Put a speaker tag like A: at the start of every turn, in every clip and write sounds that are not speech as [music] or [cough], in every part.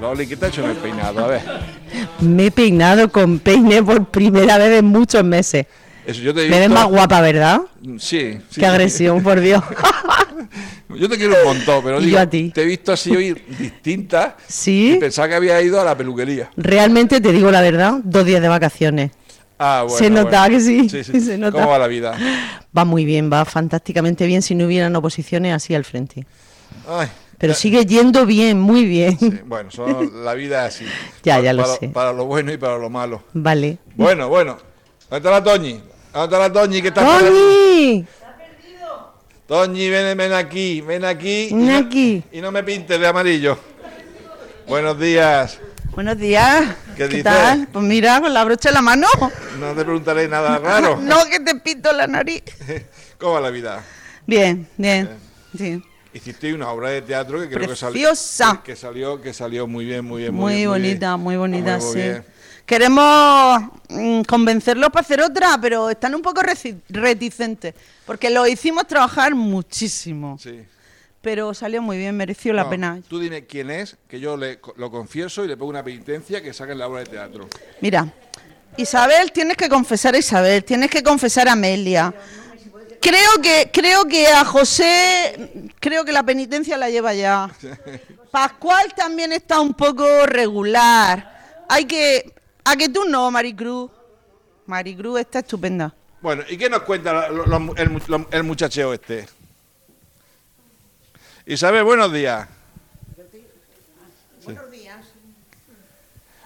A: Loli, ¿qué te ha hecho en el peinado? A ver,
B: Me he peinado con peine por primera vez en muchos meses.
A: eso yo te he
B: Me ves
A: visto-
B: más guapa, ¿verdad?
A: Sí, sí.
B: Qué agresión, por
A: [laughs]
B: Dios.
A: Yo te quiero un montón, pero
B: Y
A: digo,
B: yo a ti.
A: te he visto así hoy distinta y
B: Sí,
A: pensaba que había ido a la peluquería.
B: realmente te digo la verdad, dos días de vacaciones.
A: Ah, bueno.
B: Se notaba
A: bueno.
B: que sí, se notaba.
A: ¿Cómo va la vida?
B: Va muy bien, va fantásticamente bien si no hubieran oposiciones así al frente.
A: Ay,
B: Pero
A: eh,
B: sigue yendo bien, muy bien.
A: sí, Bueno, son, la vida es así.
B: [laughs] Ya,
A: Pa-
B: ya lo
A: para-
B: sé.
A: Para lo bueno y para lo malo.
B: Vale.
A: Bueno, bueno. ¿Dónde está la Toñi? ¿Dónde está la Toñi? ¿Qué está por ahí?
B: ¡Tony!
A: Toñi, ven, ven aquí, ven aquí. y
B: Ven
A: no-
B: aquí.
A: Y no me pintes de amarillo. Buenos días.
C: Buenos días.
A: ¿Qué dices?
C: tal? Pues mira, con la brocha en la
A: [laughs]
C: mano.
A: No te preguntaré nada raro.
C: No, que te pinto la nariz.
A: [laughs] ¿Cómo va la vida?
C: Bien, bien. Sí.
A: Hiciste una obra de teatro que creo que salió.
C: Preciosa.
A: Que salió, que salió muy bien, muy bien, muy,
C: Muy,
A: bien,
C: bonita,
A: bien.
C: muy bonita,
A: Muy
C: sí.
A: bien.
C: Queremos mm, convencerlos para hacer otra, pero están un poco reci- reticentes, porque lo hicimos trabajar muchísimo,
A: Sí.
C: pero salió muy bien, mereció la
A: No,
C: pena.
A: Tú dime quién es, que yo le, co- lo confieso y le pongo una penitencia que saquen la obra de teatro.
C: Mira, Isabel, tienes que confesar a Isabel, tienes que confesar a Amelia. Creo que, creo que a José, creo que la penitencia la lleva ya. Pascual también está un poco regular. Hay que. A que tú no, Maricruz. Maricruz está estupenda.
A: Bueno, ¿y qué nos cuenta la- lo- lo- el, mu- lo- el muchacheo este? Isabel, buenos días. Buenos días.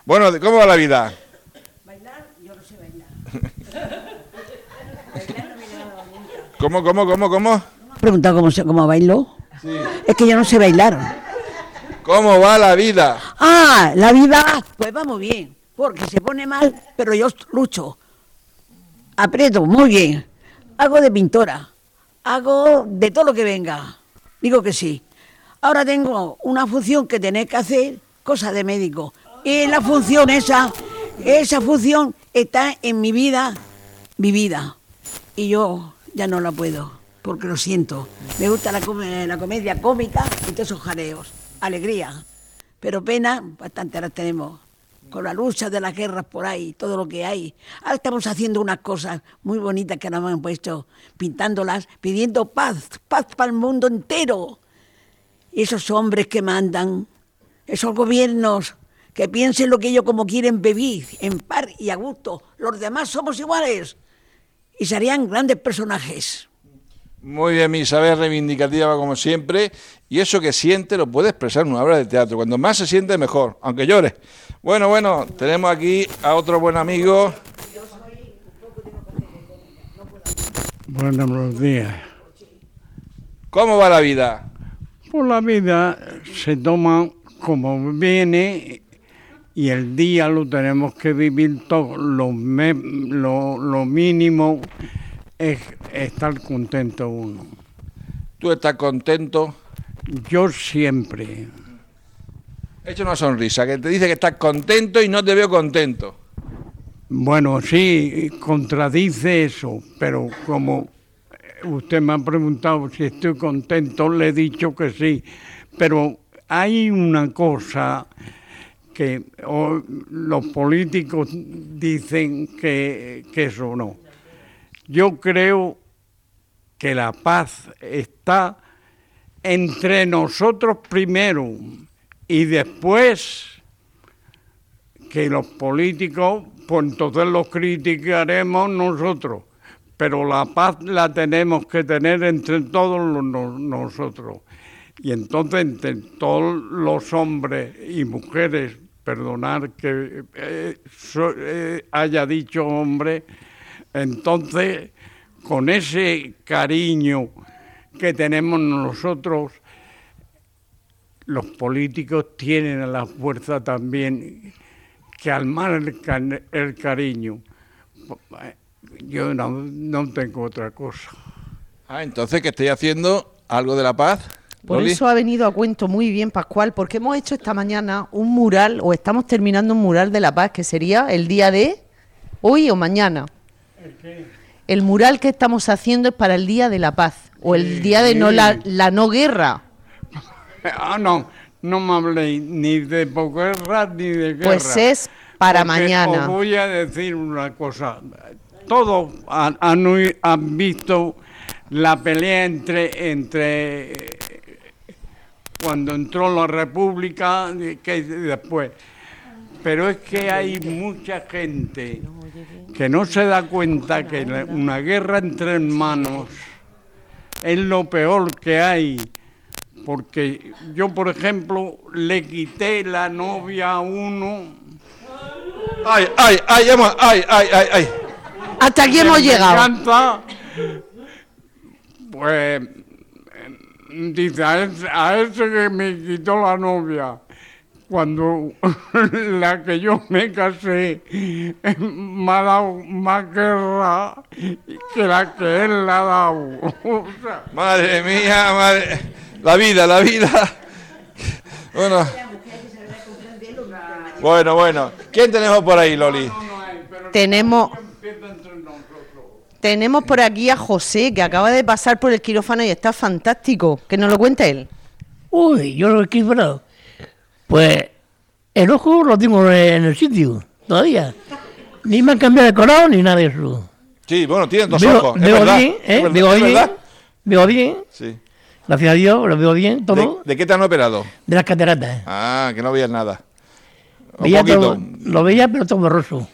A: Bueno, ¿de- ¿cómo va la vida? [laughs] Bailar, yo no sé bailar. ¿Cómo, cómo, cómo, cómo?
D: preguntado cómo, se- cómo bailó.
A: Sí.
D: Es que yo no sé bailar.
A: ¿Cómo va la vida?
D: Ah, la vida, pues va muy bien. Porque se pone mal, pero yo lucho. Aprieto, muy bien. Hago de pintora. Hago de todo lo que venga. Digo que sí. Ahora tengo una función que tenés que hacer, cosa de médico. Y la función esa, esa función está en mi vida, vivida. Y yo ya no la puedo, porque lo siento. Me gusta la, com- la comedia cómica y todos esos jareos. Alegría. Pero pena, bastante las tenemos. Con la lucha de las guerras por ahí, todo lo que hay. Ahora estamos haciendo unas cosas muy bonitas que nos han puesto, pintándolas, pidiendo paz, paz para el mundo entero. Y esos hombres que mandan, esos gobiernos que piensen lo que ellos como quieren vivir, en par y a gusto. Los demás somos iguales y serían grandes personajes.
A: Muy bien, mi Isabel, reivindicativa como siempre. Y eso que siente lo puede expresar en una obra de teatro. Cuando más se siente, mejor, aunque llore. Bueno, bueno, tenemos aquí a otro buen amigo.
E: Buenos días.
A: ¿Cómo va la vida?
E: Por la vida se toma como viene y el día lo tenemos que vivir todo. Lo, me- lo, lo mínimo es estar contento uno.
A: ¿Tú estás contento?
E: Yo siempre.
A: Echa una sonrisa, que te dice que estás contento y no te veo contento.
E: Bueno, sí, contradice eso, pero como usted me ha preguntado si estoy contento, le he dicho que sí. Pero hay una cosa que o- los políticos dicen que, que eso no. Yo creo que la paz está entre nosotros primero y después que los políticos, pues entonces los criticaremos nosotros, pero la paz la tenemos que tener entre todos los- no- nosotros. Y entonces entre todos los hombres y mujeres, perdonar que eh, so- eh, haya dicho hombre, entonces con ese cariño que tenemos nosotros, los políticos tienen a la fuerza también calmar el, ca- el cariño. Yo no, no tengo otra cosa.
A: Ah, entonces que estoy haciendo algo de la paz.
F: Por
A: Loli.
F: eso ha venido a cuento muy bien, Pascual, porque hemos hecho esta mañana un mural, o estamos terminando un mural de La Paz, que sería el día de hoy o mañana. El mural que estamos haciendo es para el Día de la Paz, o el Día de no la, la no guerra.
E: Ah, no, no me habléis ni de guerra ni de guerra.
F: Pues es para
E: Porque
F: mañana.
E: Os voy a decir una cosa. Todos han, han oí- han visto la pelea entre, entre eh, cuando entró la República y que después. Pero es que hay mucha gente que no se da cuenta que la- una guerra entre hermanos es lo peor que hay. Porque yo, por ejemplo, le quité la novia a uno.
A: Ay, ay, ay, hemos- ay, ay, ay, ay.
F: Hasta aquí
E: que
F: hemos
E: me
F: llegado.
E: encanta, Pues eh, dice, a ese, a ese que me quitó la novia, cuando [laughs] la que yo me casé em, me ha dado más guerra que la que él la ha dado. [laughs] O sea,
A: Madre mía, madre. La vida, la vida. Bueno. Bueno, bueno. ¿Quién tenemos por ahí, Loli?
F: Tenemos, tenemos por aquí a José, que acaba de pasar por el quirófano y está fantástico. Que nos lo cuente él.
G: Uy, yo lo he quebrado. Pues el ojo lo tengo en el sitio, todavía. Ni me han cambiado de color ni nada de eso.
A: Sí, bueno, tienen dos
G: veo,
A: ojos. es
G: veo
A: verdad,
G: bien,
A: es
G: ¿eh?
A: verdad,
G: veo
A: es
G: bien,
A: verdad.
G: veo bien.
A: Sí.
G: Gracias a Dios, lo veo bien todo.
A: ¿De,
G: De,
A: de qué te han operado?
G: las cataratas.
A: Ah, que no veías nada. Un
G: Veía
A: poquito.
G: todo- lo veía, pero todo borroso.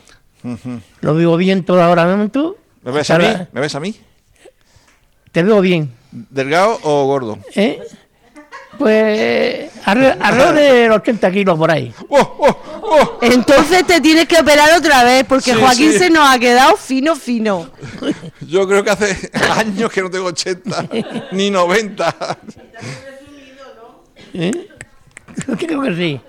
G: Lo veo bien todo ahora momento.
A: ¿Me ves a mí?
G: Ahora,
A: ¿Me ves a mí?
G: Te veo bien,
A: ¿Delgado o gordo?
G: ¿eh? Pues alre- alrededor de 80 kilos por ahí. [laughs]
A: ¡Oh, oh, oh!
F: Entonces te tienes que operar otra vez, porque
A: Sí,
F: Joaquín
A: sí.
F: se nos ha quedado fino, fino.
A: Yo creo que hace [laughs] años que no tengo 80, ni 90.
G: ¿eh? Creo que sí.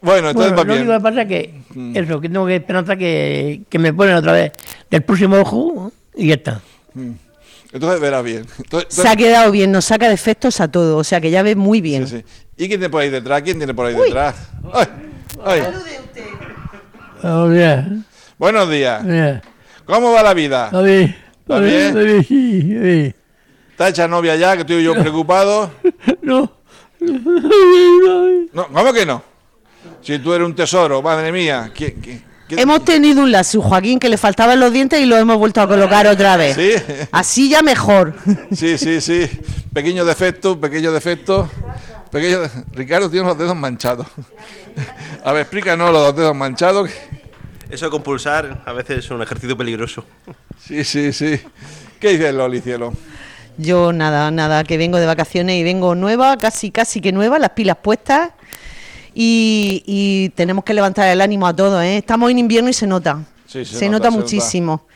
A: Bueno, entonces
G: Bueno,
A: va
G: lo
A: bien.
G: único que pasa es que eso, que tengo que esperanza que, que me ponen otra vez del próximo ojo y ya está.
A: Entonces verás bien. Entonces-
F: Se ha quedado bien, nos saca defectos a todo, o sea que ya ve muy bien.
A: entonces- sí. ¿Y quién tiene por ahí detrás? ¿Quién tiene por ahí detrás? Ay, ay.
G: Buenos días,
A: Buenos días.
G: días.
A: ¿Cómo va la vida?
G: A ver,
A: ¿Está bien?
G: ver, sí, a ver.
A: ¿Está hecha novia ya? Que estoy yo preocupado.
G: [laughs] No.
A: No, ¿Cómo que no? Si tú eres un tesoro, madre mía. ¿Quién- quién- quién-
F: Hemos tenido un lazo, Joaquín, que le faltaban los dientes y lo hemos vuelto a colocar otra vez.
A: Sí.
F: Así ya mejor.
A: Sí, sí, sí. Pequeño defecto, pequeño defecto. Pequeño de- Ricardo tiene los dedos manchados. A ver, explícanos los dedos manchados.
H: Eso de compulsar a veces es un ejercicio peligroso.
A: Sí, sí, sí. ¿Qué dices, Loli, cielo?
F: Yo nada, nada, que vengo de vacaciones y vengo nueva, casi, casi que nueva, las pilas puestas. Y, y tenemos que levantar el ánimo a todos, ¿eh? Estamos en invierno y se nota.
A: Sí, se
F: se
A: nota,
F: nota,
A: se
F: muchísimo.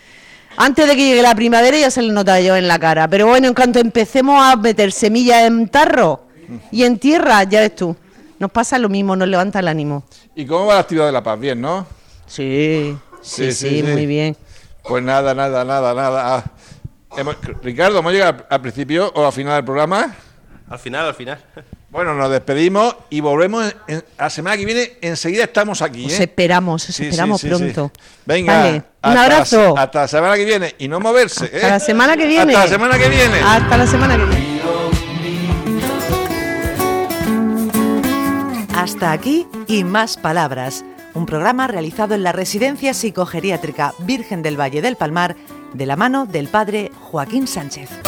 F: Antes de que llegue la primavera ya se le nota yo en la cara. Pero bueno, en cuanto empecemos a meter semillas en tarro y en tierra, ya ves tú. Nos pasa lo mismo, nos levanta el ánimo.
A: ¿Y cómo va la actividad de la paz? Bien, ¿no?
F: Sí,
A: Sí,
F: sí, sí,
A: sí, sí.
F: muy bien.
A: Pues nada, nada, nada, nada. Ah, hemos- Ricardo, ¿hemos llegado al principio o al final del programa?
H: Al final, al final.
A: Bueno, nos despedimos y volvemos en- en- la semana que viene. Enseguida estamos aquí.
F: Os
A: ¿eh?
F: esperamos, os
A: Sí, sí,
F: Pues esperamos
A: sí, sí.
F: pronto.
A: Venga,
F: Vale, un
A: hasta-
F: abrazo.
A: Hasta la semana que viene y no moverse.
F: Hasta
A: ¿eh?
F: la semana que viene.
A: Hasta la semana que viene.
F: Hasta la semana que viene.
I: Hasta aquí y más palabras, un programa realizado en la Residencia Psicogeriátrica Virgen del Valle del Palmar de la mano del padre Joaquín Sánchez.